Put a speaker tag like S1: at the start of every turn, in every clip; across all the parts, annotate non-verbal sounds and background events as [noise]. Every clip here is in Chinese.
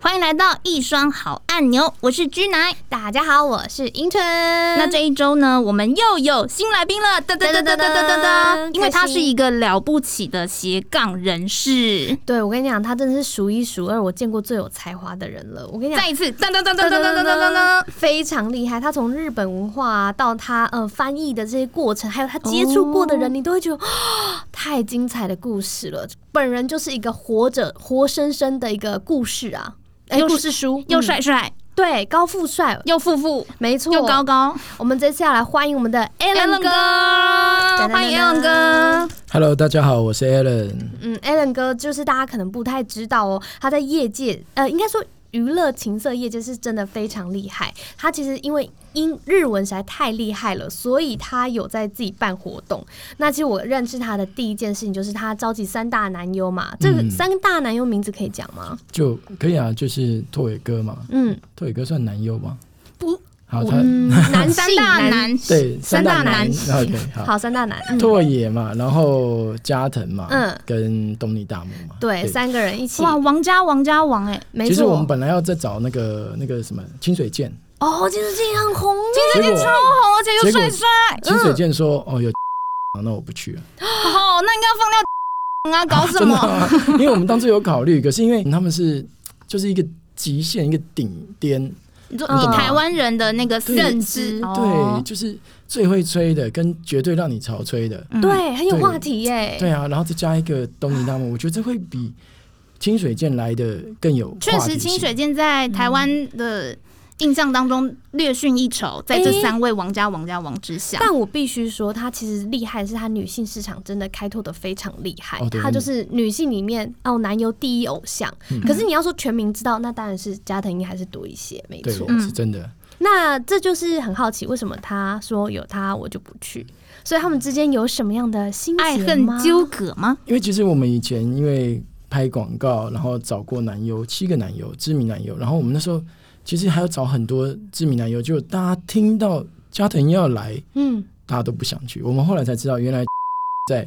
S1: 欢迎来到一双好按钮，我是居奶。
S2: 大家好，我是英春。
S1: 那
S2: 那
S1: 这一周呢，我们又有新来宾了，噔噔噔噔噔噔噔，因为他是一个了不起的斜杠人士。
S2: 对我跟你讲，他真的是数一数二，我见过最有才华的人了。我跟你讲
S1: 再。一次，噔噔噔噔噔噔噔噔噔，
S2: 非常厉害！他从日本文化、啊、到他呃翻译的这些过程，还有他接触过的人，
S1: 哦
S2: 你都会觉得、 [gasps] 啊太精彩的故事了。本人就是一个活着、活生生的一个故事啊，哎、
S1: 又是
S2: 故事书
S1: 又、
S2: 嗯
S1: 帅帅，
S2: 对高富帅，
S1: 又富富，
S2: 没错，
S1: 又高。高
S2: 我们这次要来欢迎我们的 Alan
S1: ，Allen
S2: 哥，
S1: 哥，欢迎 Allen 哥。
S3: Hello，大家好，我是 Alan。
S2: 嗯，Alan 哥就是大家可能不太知道哦，他在业界，呃，应该说娱乐情色业界是真的非常厉害。他其实因为英日文实在太厉害了，所以他有在自己办活动。那其实我认识他的第一件事情就是他召集三大男优嘛，这个
S3: 嗯
S2: 三大男优名字可以讲吗？
S3: 就可以啊，就是拓野哥嘛，
S2: 嗯，
S3: 拓野哥算男优吗？
S1: 不，
S3: 好，啊他
S2: 嗯，男性
S1: 三大，男，
S3: 对
S1: 三大男
S3: 三大
S2: [laughs]
S3: 男 OK 好，
S2: 好，三大男，嗯
S3: 拓野嘛，然后加藤嘛，
S2: 嗯
S3: 跟东尼大木嘛，
S2: 对，三个人一起，
S1: 哇，王家王家王哎，
S2: 没
S3: 其实我们
S2: 错，
S3: 本来要再找那个那个什么清水健，
S2: 哦，金志健很红，
S3: 结果
S1: 超嗯红，而且又
S3: 结果
S1: 帅帅，
S3: 清水健说哦有， [laughs] 那我不去了，
S1: 哦，那应该放掉啊，搞什
S3: 真的
S1: 么？
S3: 啊， [laughs] 因为我们当初有考虑，可是因为他们是就是一个极限，一个顶巅，
S1: 你说
S2: 嗯
S1: 以台湾人的那个认知
S2: 对，
S1: 哦
S3: 对，，就是最会吹的跟绝对让你潮吹的，
S1: 嗯，
S2: 对，很有
S3: 对
S2: 话题耶，
S3: 对啊，然后再加一个东尼大木，我觉得这会比清水剑来的更有话题
S1: 确
S3: 性。
S1: 实清水健在台湾
S2: 嗯
S1: 的印象当中略逊一筹，在这
S2: 诶
S1: 三位王家王家王之下，
S2: 但我必须说，她其实厉害的是她女性市场真的开拓的非常厉害
S3: 哦，对
S2: 她、就是女性里面哦男优第一偶像。
S3: 嗯
S2: 可是你要说全民知道，那当然是加藤鹰还是多一些，没
S3: 对
S2: 错。
S1: 嗯
S3: 是真的，
S2: 那这就是很好奇，为什么他说有他我就不去？所以他们之间有什么样的心结
S1: 爱恨
S2: 吗
S1: 纠葛吗？
S3: 因为其实我们以前因为拍广告，然后找过男优七个男优，知名男优，然后我们那时候其实还要找很多知名男优，就大家听到加藤要来，
S2: 嗯，
S3: 大家都不想去。我们后来才知道，原来 [laughs] 在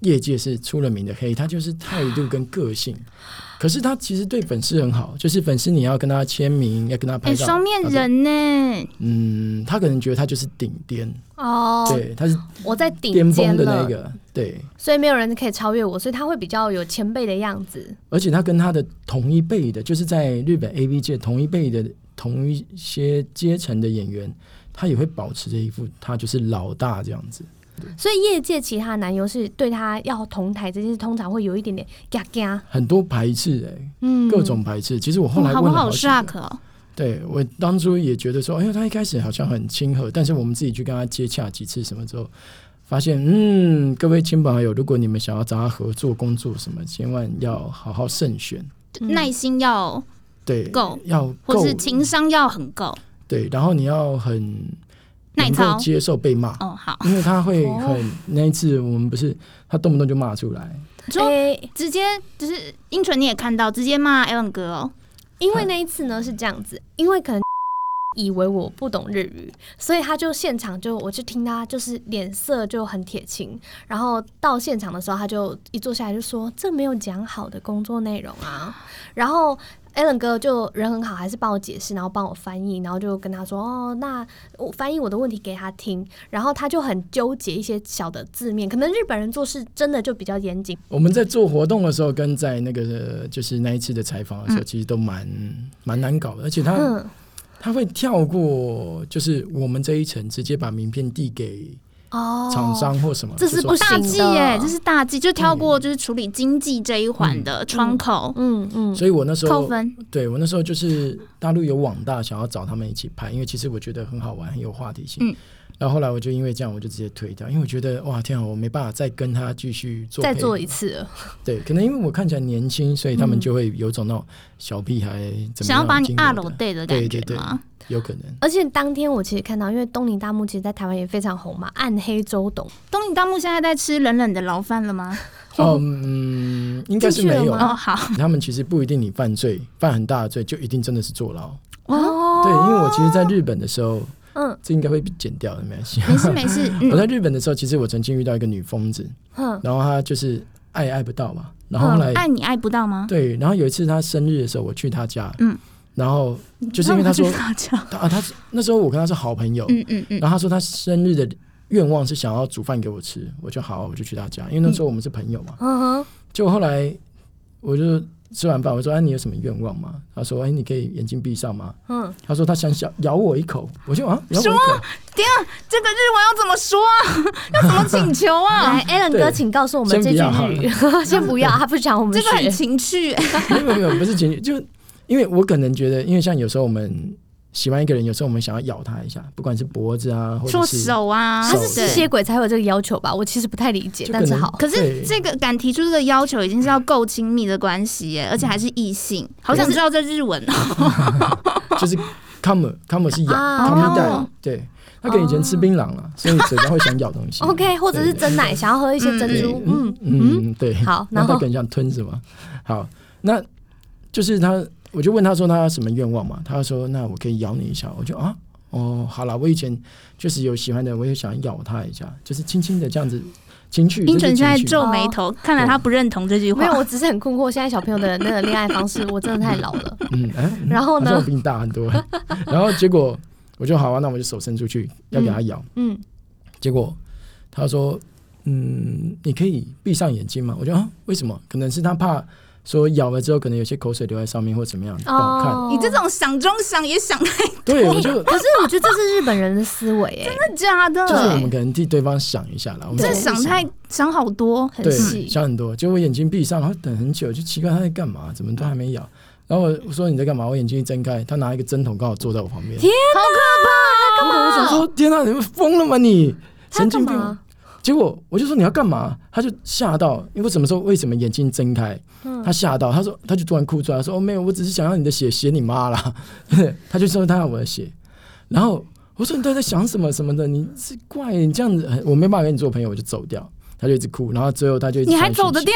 S3: 业界是出了名的黑，他就是态度跟个性。可是他其实对粉丝很好，就是粉丝你要跟他签名，要跟他
S1: 哎，
S3: 拍照。
S1: 双面
S3: 他都
S1: 人呢？
S3: 嗯，他可能觉得他就是顶巅，
S2: 哦，
S3: 对，他是
S2: 我在
S3: 巅
S2: 顶尖
S3: 峰的
S2: 了，
S3: 那个，对，
S2: 所以没有人可以超越我，所以他会比较有前辈的样子。
S3: 而且他跟他的同一辈的，就是在日本 A V 界同一辈的同一些阶层的演员，他也会保持着一副他就是老大这样子。
S2: 所以业界其他男优是对他要同台这件事，通常会有一点点嘎嘎，
S3: 很多排斥哎、
S2: 嗯，
S3: 各种排斥。其实我后来
S1: 哇，
S3: 问
S1: 我
S3: 了
S1: 好
S3: 好几个
S1: shock 哦，
S3: 对我当初也觉得说，哎呦，他一开始好像很亲和，但是我们自己去跟他接洽几次什么之后，发现，嗯，各位亲朋好友，如果你们想要找他合作工作什么，千万要好好慎选，
S2: 嗯
S1: 耐心要
S3: 对，
S1: 够，
S3: 要
S1: 或
S3: 够
S1: 是情商要很够，
S3: 对，然后你要很
S1: 耐
S3: 能
S1: 操
S3: 够。接受被骂，
S1: 哦，好，
S3: 因为他会
S2: 哦
S3: 很、那一次我们不是他动不动就骂出来，
S1: 就
S2: 诶
S1: 直接就是英纯，你也看到，直接骂 Alan 哥哦。
S2: 因为那一次呢是这样子，因为可能 [laughs] 以为我不懂日语，所以他就现场就我就听他就是脸色就很铁青，然后到现场的时候他就一坐下来就说这没有讲好的工作内容啊，然后。Alan 哥就人很好，还是帮我解释，然后帮我翻译，然后就跟他说：“哦，那我翻译我的问题给他听。”然后他就很纠结一些小的字面，可能日本人做事真的就比较严谨，
S3: 我们在做活动的时候，跟在那个就是那一次的采访的时候，
S1: 嗯
S3: 其实都蛮蛮难搞的，而且他。
S2: 嗯，
S3: 他会跳过，就是我们这一层，直接把名片递给
S2: 哦，
S3: 厂商或什么，
S2: 这是
S3: 就说
S2: 不行
S1: 大忌耶，
S2: 的
S1: 这是大忌，就挑过就是处理经济这一环的窗口、
S2: 嗯嗯，
S3: 所以我那时
S1: 扣
S3: 候，
S1: 分。
S3: 对我那时候就是大陆有网大想要找他们一起拍，因为其实我觉得很好玩，很有话题性。
S1: 嗯
S3: 然后后来我就因为这样，我就直接推掉，因为我觉得哇天啊，我没办法再跟他继续做
S2: 再
S3: 配
S2: 做
S3: 合
S2: 一。次了
S3: 对，可能因为我看起来年轻，所以他
S2: 嗯
S3: 们就会有种那种小屁孩怎么
S1: 想要
S3: 样
S1: 把你
S3: 经过
S1: 二
S3: 的
S1: 楼 day 的感觉
S3: 对对对
S1: 吗？
S3: 有可能。
S2: 而且当天我其实看到，因为东尼大木其实在台湾也非常红嘛，《暗黑周董》
S1: 东尼大木现在在吃冷冷的牢饭了吗？
S3: 哦嗯，应该
S2: 进
S3: 是
S2: 去了
S3: 没有
S2: 吗。
S1: 哦，好，
S3: 他们其实不一定你犯罪，犯很大的罪就一定真的是坐牢。
S2: 哦，
S3: 对，因为我其实
S1: 哦
S3: 在日本的时候，
S2: 嗯
S3: 这应该会被剪掉的，没关系。
S1: 没事没
S3: [laughs]
S1: 事，嗯，
S3: 我在日本的时候，其实我曾经遇到一个女疯子，
S2: 哼，
S3: 然后她就是爱爱不到嘛，然后后来、
S1: 嗯爱你爱不到吗？
S3: 对，然后有一次他生日的时候，我去他家，
S1: 嗯，
S3: 然后就是因为他说
S1: 你让我去他家
S3: 他啊，他是那时候我跟他是好朋友，
S1: 嗯嗯嗯，
S3: 然后他说他生日的愿望是想要煮饭给我吃，我就好，我就去他家，因为那时候我们是朋友嘛。
S2: 嗯哼，
S3: 就后来我就吃完饭，我说：“哎、你有什么愿望吗？”他说：“哎、你可以眼睛闭上吗
S2: 嗯，？”
S3: 他说他想咬咬我一口，我就啊，咬我一口，
S1: 这个日文要怎么说啊？ [laughs] 要怎么请求
S3: [laughs]
S1: 啊？
S2: 来，Alan
S3: 对
S2: 哥，请告诉我们这
S3: 先不
S2: 句
S3: 要好
S2: 日
S3: [laughs]
S2: 语。先不要，他不想我们
S1: 这个很
S2: 学。
S1: 情趣，
S3: 没有没有，不是情绪，就因为我可能觉得，因为像有时候我们喜欢一个人，有时候我们想要咬他一下，不管是脖子啊，或者
S1: 说
S3: 是
S1: 手啊，
S2: 他是
S3: 对
S2: 吸
S1: 对
S2: 血鬼才有这个要求吧？我其实不太理解，
S3: 就可
S2: 但是
S3: 能
S2: 好，
S1: 可是
S3: 对
S1: 这个敢提出这个要求，已经是要够亲密的关系
S3: 嗯
S1: 耶，而且还是异性。好想知道这日文哦。
S3: 就是 come come 是咬
S2: 啊
S3: come 带，对，他可能以前吃槟榔了，所以嘴巴会想咬东西。
S2: 哦 OK，或者是真奶，想要喝一些珍
S3: 对
S2: 珠，嗯，
S3: 嗯，对，
S2: 好，
S3: 那
S2: 然
S3: 他
S2: 后
S3: 更想吞什么？好，那就是他，我就问他说他什么愿望嘛？他说那我可以咬你一下，我就啊。哦，好了，我以前确实有喜欢的，我也想咬他一下，就是轻轻的这样子，情趣。
S1: 冰
S3: 这
S1: 纯
S3: 是
S1: 现在
S3: 情趣哦
S1: 皱眉头，看来他不认同这句
S2: 没有，
S1: 话。
S2: 我只是很困惑，现在小朋友的那个恋爱方式，我真的太老
S3: [laughs]
S2: 了。
S3: 嗯，哎嗯
S2: 然后呢
S3: 好像我比你大很多。 [laughs] 然后结果我就好啊，那我就手伸出去要给他咬，
S2: 嗯，
S3: 结果他说：“嗯，你可以闭上眼睛吗？”我就啊，为什么？可能是他怕说咬了之后，可能有些口水留在上面或怎么样，不好看。
S2: 哦
S1: 你这种想中想也想太
S3: 对，我就
S2: 可是我觉得这是日本人的思维，哎，
S1: 假
S3: 就是我
S1: 的
S3: 们，可能替对方想一下啦，我们
S1: 这
S3: 会
S1: 想太想好多。
S2: 很
S3: 对，
S2: 细。
S3: 想很多。结果我眼睛闭上，然后等很久，就奇怪他在干嘛，怎么都还没咬。然后我说你在干嘛？我眼睛一睁开，他拿一个针筒刚好坐在我旁边。
S2: 天
S1: 啊
S2: 啊
S3: 哪！我想说，天啊哪，你们疯了吗你？
S2: 他
S3: 神
S2: 干
S3: 经病！啊
S2: 嘛？
S3: 结果我就说你要干嘛？他就吓到，因为什么时候为什么眼睛睁开？
S2: 嗯
S3: 他吓到，他说他就突然哭出来，说哦没有，我只是想要你的血，血你妈啦。
S1: 嗯
S3: 对，他就说他要我的血，然后我说你到底在想什么什么的？你是怪你这样子，我没办法跟你做朋友，我就走掉。他就一直哭，然后最后他就一直
S1: 你还
S3: 传讯
S1: 走得
S3: 息
S1: 掉？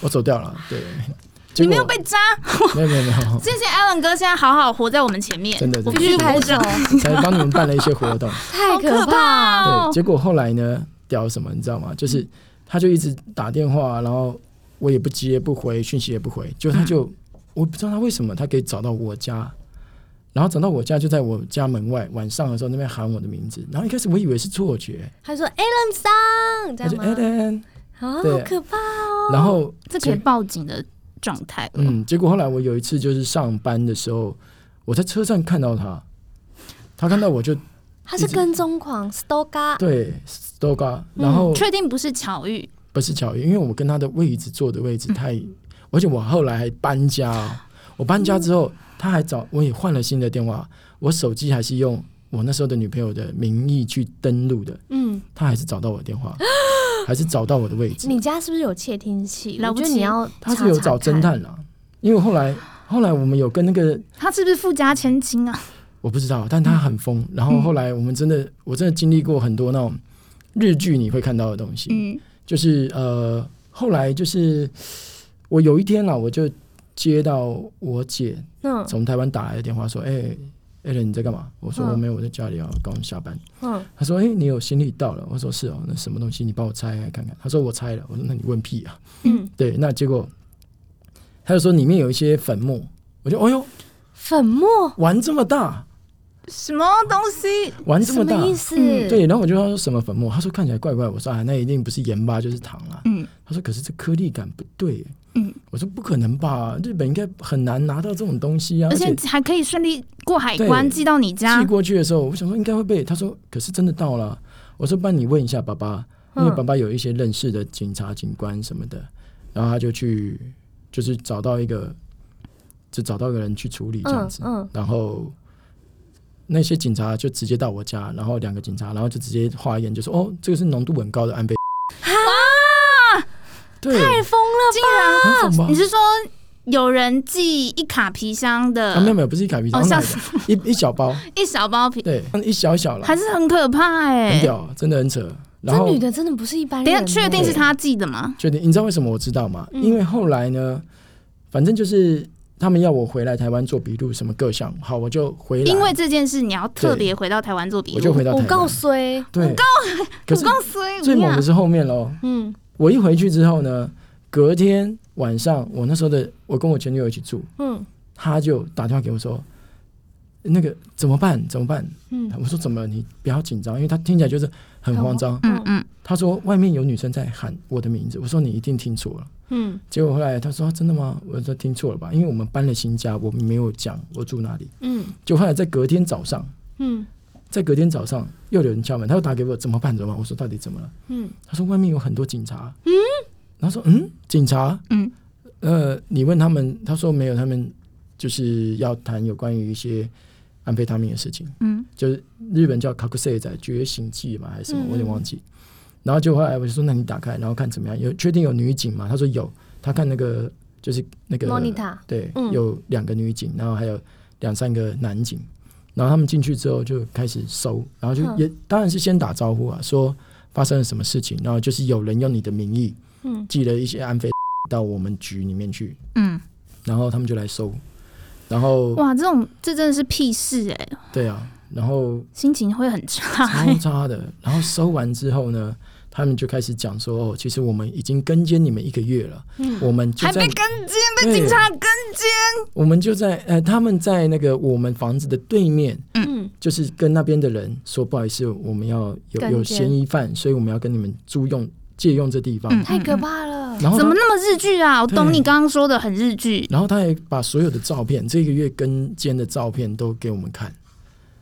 S3: 我走掉了，对。
S1: 你
S3: 结果
S1: 没有被扎？
S3: [laughs] 没有没有
S1: [laughs]
S3: 没有，
S1: 谢谢 Alan 哥，现在好好活在我们前面。
S3: 真的
S1: 我
S3: 真
S1: 必
S3: 的
S1: 须
S2: 必须拍
S1: 鼓掌
S2: 手，
S3: 才帮你们办了一些活动。
S2: 太
S1: 好可
S2: 可怕！
S1: 怕哦
S3: 对，！结果后来呢，屌什么你知道吗？
S2: 嗯
S3: 就是他就一直打电话，然后我也不接不回，讯息也不回，
S2: 嗯
S3: 就他就、我不知道他为什么他可以找到我家，然后找到我家就在我家门外，晚上的时候那边喊我的名字，然后一开始我以为是错觉，
S2: 他说 Alan 桑，这样
S3: 他说
S2: 吗？
S3: Alan，
S2: 啊，
S3: 对
S2: 好可怕哦！
S3: 然后
S1: 这可以报警的状态了。
S3: 嗯，结果后来我有一次就是上班的时候，我在车站看到他，他看到我就
S2: 他是跟踪狂 stalker，
S3: 对 Stoga，然后、
S1: 确定不是巧遇，
S3: 不是巧遇，因为我跟他的位置坐的位
S2: 嗯
S3: 置太，而且我后来还搬家、哦，我搬家之后，他还找我也换了新的电话，我手机还是用我那时候的女朋友的名义去登录的，
S2: 嗯，
S3: 他还是找到我的
S2: [gasps]
S3: 电话，还是找到我的位置，
S2: 你家是不是有窃听器？
S1: 了
S2: 我
S1: 不
S2: 觉
S1: 起
S2: 得你要
S3: 他是有
S2: 查
S3: 找
S2: 查看
S3: 侦，探啦、因为后来后来我们有跟那个
S1: 他是不是富家千金啊？
S3: 我不知道，但他很疯，然后后来我们真的我真的经历过很多那种日剧你会看到的东西，
S1: 嗯，
S3: 就是呃，后来就是我有一天啦，啊我就接到我姐
S2: 嗯
S3: 从台湾打来的电话，说：“哎、艾伦你在干嘛？”我说：“
S2: 嗯
S3: 我没有，我在家里啊，刚下班。
S2: 嗯，”
S3: 她说：“哎、你有行李到了？”我说：“是哦，那什么东西？你帮我拆开看看。”她说：“我拆了。”我说：“那你问屁啊？”
S2: 嗯，
S3: [laughs] 对，那结果她就说里面有一些粉末，我就：“哎呦，
S2: 粉末
S3: 玩这么大，
S1: 什么东西？
S3: 玩这
S2: 什
S3: 么大。”
S2: 么意思？
S1: 嗯，
S3: 对，然后我就跟她说什么粉末，她说看起来怪怪，我说啊，那一定不是盐巴就是糖啦、
S1: 嗯，
S3: 他说：“可是这颗粒感不对耶。”
S1: 嗯，
S3: 我说：“不可能吧？日本应该很难拿到这种东西啊！”
S1: 而
S3: 而
S1: 且
S3: 且
S1: 还可以顺利过海关，
S3: 对
S1: 寄到你家
S3: 寄。过去的时候，我想说应该会被。他说：“可是真的到了。”我说：“帮你问一下爸爸，因为
S2: 嗯
S3: 爸爸有一些认识的警察、警官什么的。”然后他就去，就是找到一个，就找到一个人去处理这样
S2: 嗯
S3: 子。
S2: 嗯，
S3: 然后那些警察就直接到我家，然后两个警察，然后就直接化验，就说：“哦，这个是浓度很高的安非。”对，
S2: 啊太疯了吧！
S3: 很恐怖啊
S1: 你是说有人寄一卡皮箱的
S3: 啊，没有没有，不是一卡皮
S1: 哦
S3: 箱，
S1: 吓
S3: 那个一一小包，
S1: 一小包皮，
S3: 对，一小小啦，
S1: 还是很可怕
S3: 很
S1: 哎。
S3: 屌，真的很扯。然
S2: 这
S3: 后
S2: 女的真的不是一般人
S1: 等一
S2: 欸，
S1: 下，确定是他寄的吗？
S3: 确定，你知道为什么我知道吗？
S2: 嗯
S3: 因为后来呢，反正就是他们要我回来台湾做笔录，什么各项，好，我就回来，
S1: 因为这件事，你要特别回到台湾做笔
S3: 我就
S1: 录。
S3: 回到
S2: 我
S3: 台
S2: 告
S3: 湾。
S2: 衰，
S3: 对，可
S1: 我
S3: 是
S1: 告诉你
S3: 最猛
S1: 啊
S3: 的是后面喽，
S2: 嗯，
S3: 我一回去之后呢，隔天晚上我那时候的我跟我前女友一起住，
S2: 嗯
S3: 她就打电话给我说，那个怎么办？怎么办？
S2: 嗯，
S3: 我说怎么了？你不要紧张，因为她听起来就是很慌张。
S1: 嗯嗯，
S3: 她说外面有女生在喊我的名字，我说你一定听错了。
S2: 嗯
S3: 结果后来她说、啊真的吗？我说听错了吧，因为我们搬了新家，我没有讲我住哪里。
S2: 嗯
S3: 就后来在隔天早上，
S2: 嗯
S3: 在隔天早上又有人敲门，她又打给我，怎么办？怎么办？我说到底怎么了？
S2: 嗯
S3: 她说外面有很多警察。嗯，然后说嗯，警察。
S1: 嗯，
S3: 呃，你问他们，他说没有，他们就是要谈有关于一些安非他命的事情。
S1: 嗯，
S3: 就是日本叫《卡库塞仔觉醒记》嘛，还是什么，
S2: 嗯
S3: 我有点忘记。然后就后来我就说，那你打开，然后看怎么样？有确定有女警吗？他说有，他看那个就是那个
S2: ，Monita，
S3: 对，
S2: 嗯
S3: 有两个女警，然后还有两三个男警。然后他们进去之后就开始搜，然后就
S2: 嗯
S3: 也当然是先打招呼啊，说发生了什么事情，然后就是有人用你的名义
S2: 嗯
S3: 寄了一些安非到我们局里面去，
S1: 嗯，
S3: 然后他们就来搜，然后
S1: 哇，这种这真的是屁事哎、
S3: 对啊，然后
S1: 心情会很差、欸
S3: 超差的。然后收完之后呢，他们就开始讲说：“哦，其实我们已经跟监你们一个月了，
S2: 嗯
S3: 我们就
S1: 还
S3: 在
S1: 被跟监，被警察跟监，
S3: 我们就在呃，他们在那个我们房子的对面，
S2: 嗯
S3: 就是跟那边的人说，不好意思，我们要有
S2: 跟
S3: 有
S2: 监
S3: 嫌疑犯，所以我们要跟你们租用借用这地方。
S1: 嗯
S2: 太可怕了，
S3: 然后
S1: 怎
S3: 他
S1: 么那么日剧啊？我懂
S3: 对
S1: 你刚刚说的很日剧，
S3: 然后他还把所有的照片，这个月跟监的照片都给我们看，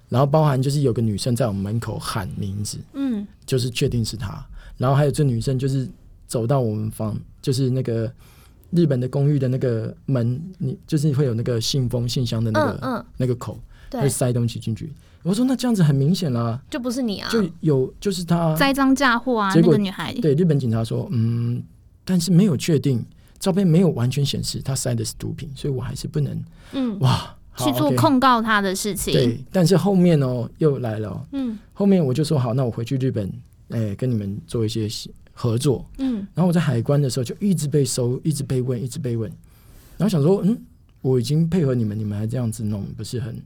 S3: 然后包含就是有个女生在我们门口喊名字，
S2: 嗯
S3: 就是确定是他。然后还有这女生就是走到我们房，就是那个日本的公寓的那个门，你就是会有那个信封、信箱的那个
S2: 嗯、嗯，
S3: 那个口，会
S2: 对，
S3: 塞东西进去。我说那这样子很明显啦，
S2: 就不是你啊，
S3: 就有就是他。
S1: 栽赃嫁祸啊，
S3: 嗯结
S1: 那
S3: 果
S1: 个女孩，
S3: 对日本警察说，嗯，但是没有确定，照片没有完全显示他塞的是毒品，所以我还是不能
S2: 嗯
S3: 哇好
S1: 去做
S3: OK
S1: 控告她的事情，
S3: 对，但是后面哦又来了、哦，
S2: 嗯
S3: 后面我就说好，那我回去日本，哎，跟你们做一些合作。
S2: 嗯
S3: 然后我在海关的时候就一直被搜，一直被问，一直被问。然后想说，嗯，我已经配合你们，你们还这样子弄，不是很？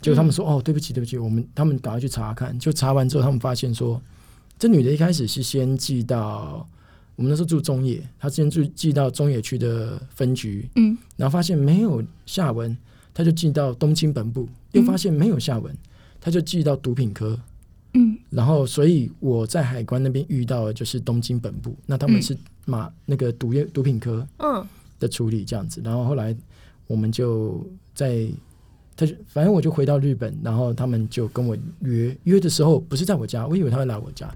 S3: 结果他们说，哦，对不起，对不起，我们他们赶快去查看。就查完之后，他们发现说，这女的一开始是先寄到我们那时候住中野，她先寄寄到中野区的分局，
S1: 嗯，
S3: 然后发现没有下文，她就寄到东京本部，又发现没有下文，她就寄到毒品科，
S1: 嗯
S3: 然后，所以我在海关那边遇到的就是东京本部，那他们是马、那个毒液毒品科
S2: 嗯
S3: 的处理这样子。然后后来我们就在，他就反正我就回到日本，然后他们就跟我约约的时候不是在我家，我以为他会来我家。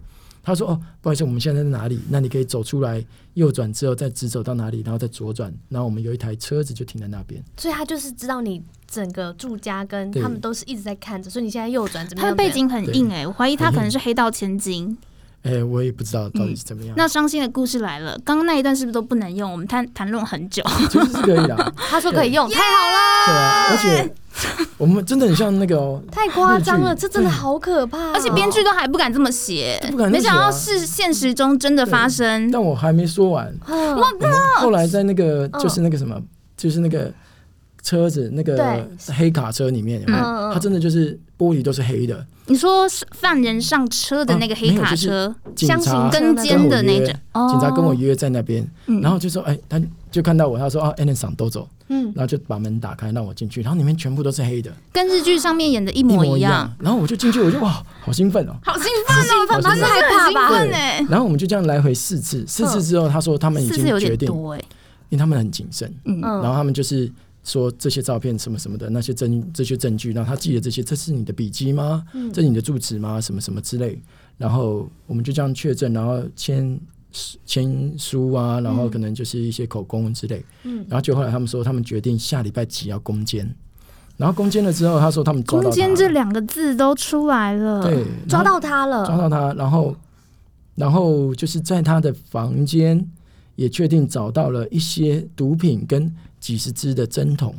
S3: 他说：“哦，不好意思，我们现在在哪里？那你可以走出来，右转之后再直走到哪里，然后再左转。然后我们有一台车子就停在那边。
S2: 所以他就是知道你整个住家跟
S3: 对
S2: 他们都是一直在看着，所以你现在右转怎么
S1: 她
S2: 样？
S1: 的背景很硬哎、我怀疑她
S3: 很硬
S1: 可能是黑道千金。
S3: 哎，我也不知道到底是怎么样，
S1: 那伤心的故事来了，刚刚那一段是不是都不能用？我们谈谈论很久，
S3: 其实是可以的，
S2: 怎么样，他说可以用，太好了，
S3: 对啊。而且我们真的很像那个哦，
S2: 太夸张了，
S3: 日剧
S2: 这真的好可怕哦，
S1: [laughs] 嗯而且编剧都还不敢这么写，
S3: 不敢这么写啊
S1: 没想到是现实中真的发生。
S3: 但我还没说完，
S2: 嗯
S3: 我们后来在那个
S2: 嗯
S3: 就是那个什么，就是那个车子那个
S2: 对
S3: 黑卡车里面，有没有
S2: 嗯嗯嗯
S3: 它真的就是玻璃都是黑的，
S1: 你说是犯人上车的那
S3: 啊
S1: 个黑卡车，
S3: 警
S2: 相
S3: 察
S2: 信跟
S3: 跟
S1: 跟
S3: 我
S1: 监的那
S3: 约，
S1: 种，哦
S3: 警察跟我，约在那边，
S1: 嗯
S3: 然后就说哎，他就看到我，他说啊 a n 赏都走，
S2: 嗯
S3: 然后就把门打开让我进去，然后里面全部都是黑的，
S1: 跟日剧上面演的一模
S3: 模一
S1: 样，，
S3: 然后我就进去，我就哇，好兴奋哦。
S1: 好兴奋哦！
S3: 好兴奋
S1: 他是害怕吧？
S3: 对
S1: 哎，嗯
S3: 然后我们就这样来回四次，四次之后，他说他们已
S1: 四
S3: 经
S1: 次有
S3: 决
S1: 点
S3: 定，
S1: 多哎，
S3: 因为他们很谨慎，
S1: 嗯，
S2: 嗯
S3: 然后他们就是说这些照片什么什么的那些证这些证据，然后他记得这些，这是你的笔迹吗？
S2: 嗯
S3: 这是你的住址吗？什么什么之类。然后我们就这样确证，然后签签书啊，然后可能就是一些口供之类。
S2: 嗯
S3: 然后就后来他们说，他们决定下礼拜几要攻坚。然后攻坚了之后，他说他们抓到
S1: 空
S3: 他
S1: 间
S3: 了
S1: 这两个字都出来了，
S3: 对，
S2: 抓
S3: 然后
S2: 到他
S1: 嗯
S3: 抓
S2: 了，
S3: 到他，然后然后就是在他的房间也确定找到了一些毒品跟几十支的针筒。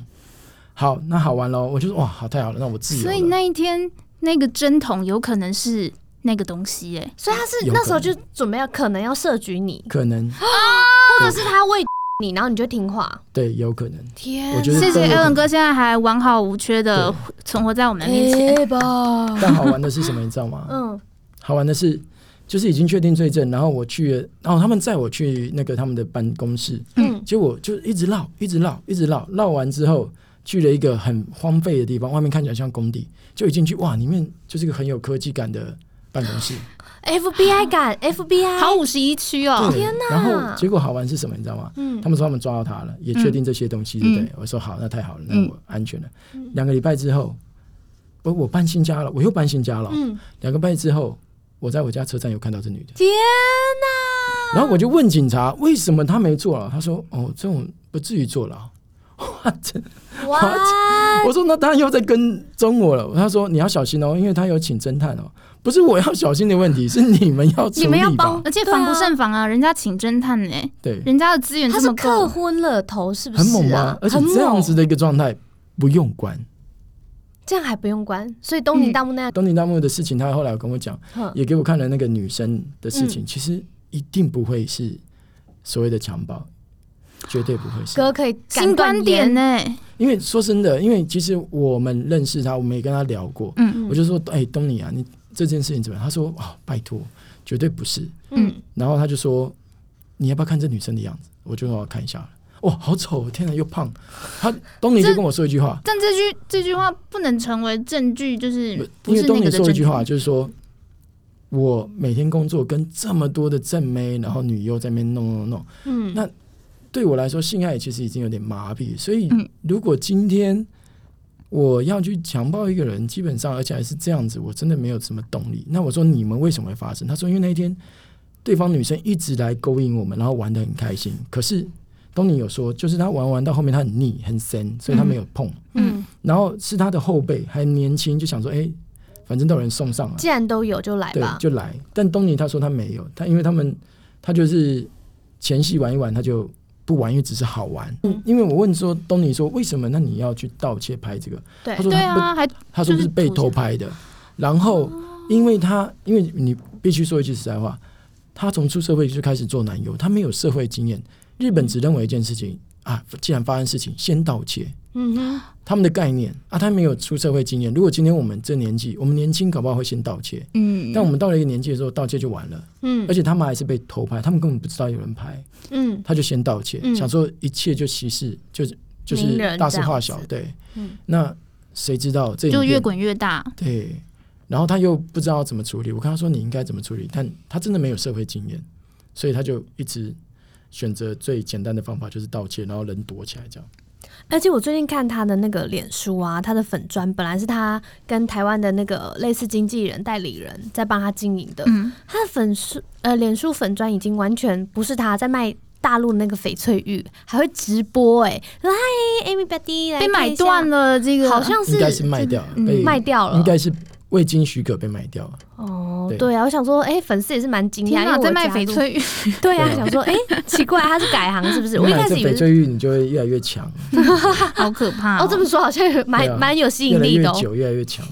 S3: 好，那好玩喽！我就说哇，好太好了，那我自由
S1: 所
S3: 了。
S1: 以那一天那个针筒有可能是那个东西哎，
S2: 所以他是
S3: 有可能
S2: 那时候就准备要可能要设局你，
S3: 可能
S1: 哦
S2: 或者是他喂你，然后你就听话，
S3: 对，有可能。
S2: 天
S3: 我觉得
S1: 谢谢
S3: 都有可
S1: Alan
S3: 能
S1: 哥，现在还完好无缺的
S3: 对
S1: 存活在我们面前。
S2: 吧，
S3: 但好玩的是什么，你知道吗？
S2: 嗯
S3: 好玩的是，就是已经确定罪证，然后我去了，然后他们载我去那个他们的办公室，
S2: 嗯，
S3: 结果就一直绕，一直绕，一直绕，绕完之后去了一个很荒废的地方，外面看起来像工地，就一进去哇，里面就是个很有科技感的办公
S2: [laughs]
S3: 室。
S2: FBI 感 FBI，
S1: 好，五十一区哦，
S3: 对
S2: 天哪
S3: 然后结果好玩是什么？你知道吗？
S2: 嗯
S3: 他们说他们抓到他了，也确定这些东西，对不对？我说好，那太好了，那我安全了。
S2: 嗯
S3: 两个礼拜之后，我我搬新家了，我又搬新家了。
S2: 嗯，
S3: 两个礼拜之后，我在我家车站有看到这女的，
S2: 天哪，
S3: 然后我就问警察为什么她没坐牢，他说哦，这种不至于坐牢。 [laughs] 哇，这
S2: 哇， [laughs]
S3: 我说那当然又在跟踪我了。他说你要小心哦，因为他有请侦探哦，不是我要小心的问题，是你们要处
S2: 你们要
S3: 理吧
S2: 帮？
S1: 而且防不胜防啊，人家请侦探哎，
S3: 对，
S1: 人家的资源
S2: 他
S1: 这
S2: 是
S1: 么
S2: 客
S1: 够，
S2: 昏了头，是不
S3: 很猛
S2: 是
S3: 吧
S2: 啊？？
S3: 而且
S2: 很
S3: 这样子
S2: 猛
S3: 的一个状态不用管。
S2: 这样还不用关，所以东尼大木那样，
S3: 东尼大木的事情，他后来有跟我讲，
S2: 哼
S3: 也给我看了那个女生的事
S2: 嗯
S3: 情，其实一定不会是所谓的强暴，绝对不会是。
S2: 哥可以敢
S1: 新观
S2: 断
S1: 点欸
S2: 言，
S1: 呢，
S3: 因为说真的，因为其实我们认识他，我们也跟他聊过，
S1: 嗯
S3: 我就说，哎、东尼啊，你这件事情怎么样？他说，哦，拜托，绝对不是。
S2: 嗯，
S3: 然后他就说，你要不要看这女生的样子？我就让我看一下。哇，好丑！天哪，又胖。他东尼就跟我说一句话，
S1: 但这句这句话不能成为证据，就是
S3: 因
S1: 不
S3: 为
S1: 是
S3: 东
S1: 那
S3: 尼
S1: 个的
S3: 说
S1: 证
S3: 一句
S1: 据。
S3: 话，就是说我每天工作跟这么多的正妹，然后女优在那边弄弄弄，
S2: 嗯，
S3: 那对我来说，性爱其实已经有点麻痹。所以
S1: 嗯，
S3: 如果今天我要去强暴一个人，基本上而且还是这样子，我真的没有什么动力。那我说你们为什么会发生？他说因为那一天对方女生一直来勾引我们，然后玩的很开心。可是东尼有说，就是他玩玩到后面他很腻很深，所以他没有碰。
S2: 嗯，
S3: 然后是他的后辈还年轻，就想说，哎、反正都有人送上了，
S2: 既然都有就来
S3: 对
S2: 吧，，
S3: 就来。但东尼他说他没有，他因为他们他就是前戏玩一玩，他就不玩，因为只是好玩。
S2: 嗯
S3: 因为我问说东尼说为什么？那你要去盗窃拍这个？
S2: 对
S3: 他说
S1: 对
S3: 他不，
S1: 啊，还
S3: 他说
S1: 就是
S3: 是被偷拍的。然后因为他，因为你必须说一句实在话，他从出社会就开始做男优，他没有社会经验。日本只认为一件事情啊，既然发生事情，先盗窃。
S2: 嗯哼，
S3: 他们的概念啊，他没有出社会经验。如果今天我们这年纪，我们年轻搞不好会先盗窃，
S1: 嗯，
S3: 但我们到了一个年纪的时候，盗窃就完了。
S2: 嗯
S3: 而且他们还是被偷拍，他们根本不知道有人拍，
S2: 嗯
S3: 他就先盗窃，
S2: 嗯
S3: 想说一切就息事，就是就
S2: 名
S3: 是
S2: 人
S3: 大事化
S2: 这
S3: 小
S2: 样。
S3: 对，
S2: 嗯
S3: 那谁知道这影
S1: 就
S3: 片
S1: 越滚越大。
S3: 对，然后他又不知道怎么处理。我跟他说你应该怎么处理，但他真的没有社会经验，所以他就一直选择最简单的方法，就是盗窃，然后人躲起来这样。
S2: 而且我最近看他的那个脸书啊，他的粉砖本来是他跟台湾的那个类似经纪人、代理人在帮他经营的，
S1: 嗯，
S2: 他的粉书呃脸书粉砖已经完全不是他在卖。大陆那个翡翠玉还会直播哎、说嗨，Amy Betty 来
S1: 被买
S2: 看一下
S1: 断，了这个，
S2: 好像
S3: 应
S2: 是
S3: 该是卖掉，
S1: 嗯
S3: 被
S2: 卖掉了，
S3: 应该是未经许可被卖掉了。
S2: 哦，
S3: 对
S2: 对啊，我想说，哎、粉丝也是蛮惊讶，
S1: 天
S2: 因为
S1: 哪，
S2: 我
S1: 在卖
S2: 加
S1: 翡
S2: 入，
S1: 翠
S2: [laughs]
S1: 玉，
S2: 对啊，
S3: 对啊
S2: 想说， [laughs] 哎、奇怪，他是改行是不是？
S3: 你
S2: 我一
S3: 买
S2: 开
S3: 这
S2: 始以
S3: 翡
S2: 为，
S3: 翠玉，你就会越来越强，
S1: 好可怕
S2: 哦，这么说好像有蛮
S3: 对啊
S2: 蛮、有吸
S3: 越
S2: 引
S3: 来
S2: 力
S3: 越
S2: 的、哦，
S3: 久，越来越强。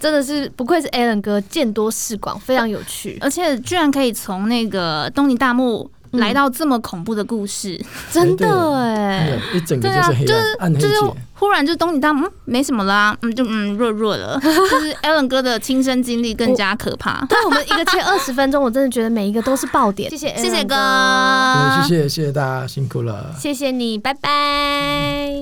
S2: 真的是不愧是 Alan 哥，见多识广，非常有趣，
S1: 而且居然可以从那个东尼大木
S2: 嗯
S1: 来到这么恐怖的故事，
S2: [laughs] 真的 [laughs] 哎、
S3: 对一整个
S1: 对
S3: 就
S1: 啊
S3: 是黑暗、暗黑
S1: 就
S3: 界。
S1: 是忽然就东尼大木嗯没什么啦，嗯就嗯弱弱了，就是 Alan 哥的亲身经历更
S2: 哦
S1: 加可怕。
S2: 但我们一个切二十分钟，我真的觉得每一个都是爆点。谢谢，
S1: 谢谢哥，
S2: 哥，
S1: 啊
S3: 嗯谢谢谢谢大家辛苦了。
S2: 谢谢你，拜拜。